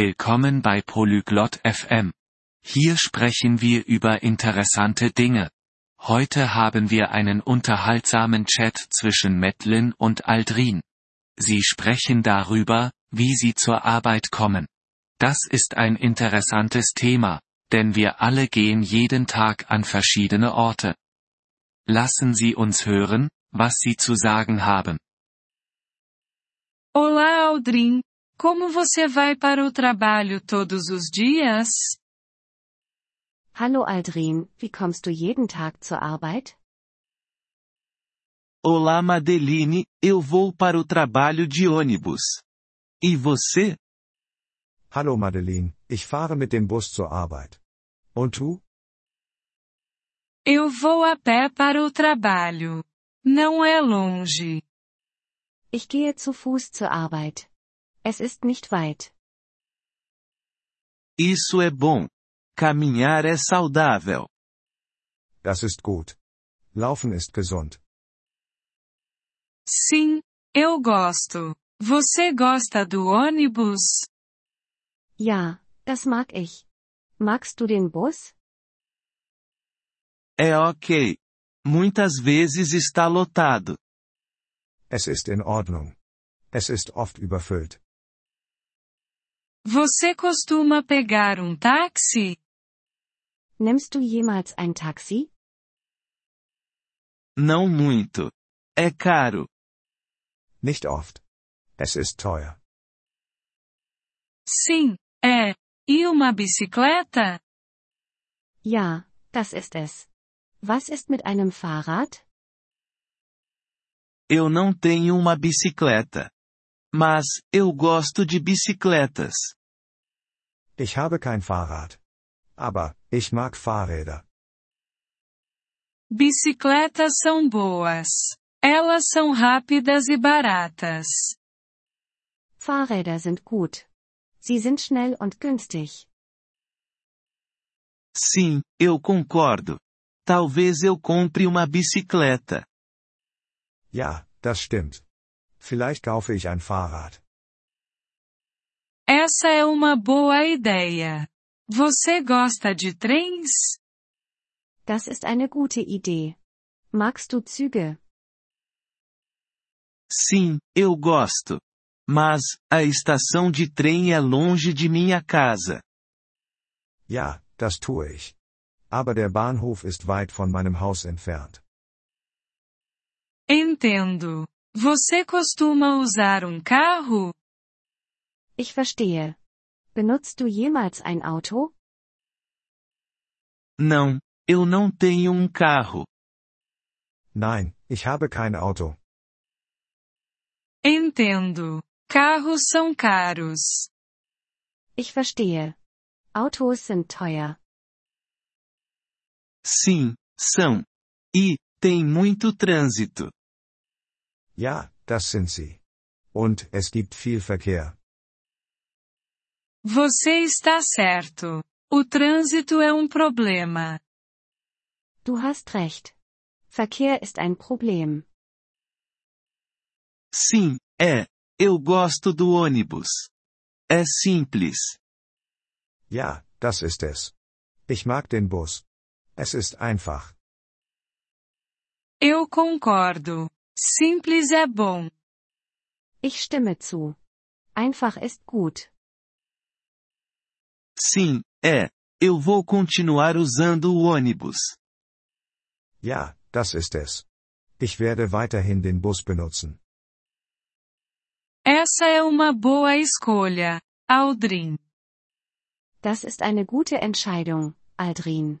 Willkommen bei Polyglot FM. Hier sprechen wir über interessante Dinge. Heute haben wir einen unterhaltsamen Chat zwischen Madeline und Aldrin. Sie sprechen darüber, wie sie zur Arbeit kommen. Das ist ein interessantes Thema, denn wir alle gehen jeden Tag an verschiedene Orte. Lassen Sie uns hören, was Sie zu sagen haben. Olá, Aldrin. Como você vai para o trabalho todos os dias? Hallo Aldrin, wie kommst du jeden Tag zur Arbeit? Olá Madeline, eu vou para o trabalho de ônibus. E você? Hallo Madeleine, ich fahre mit dem Bus zur Arbeit. Und du? Eu vou a pé para o trabalho. Não é longe. Ich gehe zu Fuß zur Arbeit. Es ist nicht weit. Isso é bom. Caminhar é saudável. Das ist gut. Laufen ist gesund. Sim, eu gosto. Você gosta do ônibus? Ja, das mag ich. Magst du den Bus? É ok. Muitas vezes está lotado. Es ist in Ordnung. Es ist oft überfüllt. Você costuma pegar um táxi? Nimmst du jemals ein Taxi? Não muito. É caro. Nicht oft. Es ist teuer. Sim, é. E uma bicicleta? Ja, das ist es. Was ist mit einem Fahrrad? Eu não tenho uma bicicleta. Mas, eu gosto de bicicletas. Ich habe kein Fahrrad. Aber, ich mag Fahrräder. Bicicletas são boas. Elas são rápidas e baratas. Fahrräder sind gut. Sie sind schnell und günstig. Sim, eu concordo. Talvez eu compre uma bicicleta. Ja, das stimmt. Vielleicht kaufe ich ein Fahrrad. Essa é uma boa ideia. Você gosta de trens? Das ist eine gute Idee. Magst du Züge? Sim, eu gosto. Mas, a estação de trem é longe de minha casa. Ja, das tue ich. Aber der Bahnhof ist weit von meinem Haus entfernt. Entendo. Você costuma usar um carro? Ich verstehe. Benutzt du jemals ein Auto? Não, eu não tenho um carro. Nein, ich habe kein Auto. Entendo. Carros são caros. Ich verstehe. Autos sind teuer. Sim, são. E, tem muito trânsito. Ja, das sind sie. Und es gibt viel Verkehr. Você está certo. O trânsito é um problema. Du hast recht. Verkehr ist ein Problem. Sim, é. Eu gosto do ônibus. É simples. Ja, das ist es. Ich mag den Bus. Es ist einfach. Eu concordo. Simples é bom. Ich stimme zu. Einfach ist gut. Sim, é. Eu vou continuar usando o ônibus. Ja, das ist es. Ich werde weiterhin den Bus benutzen. Essa é uma boa escolha, Aldrin. Das ist eine gute Entscheidung, Aldrin.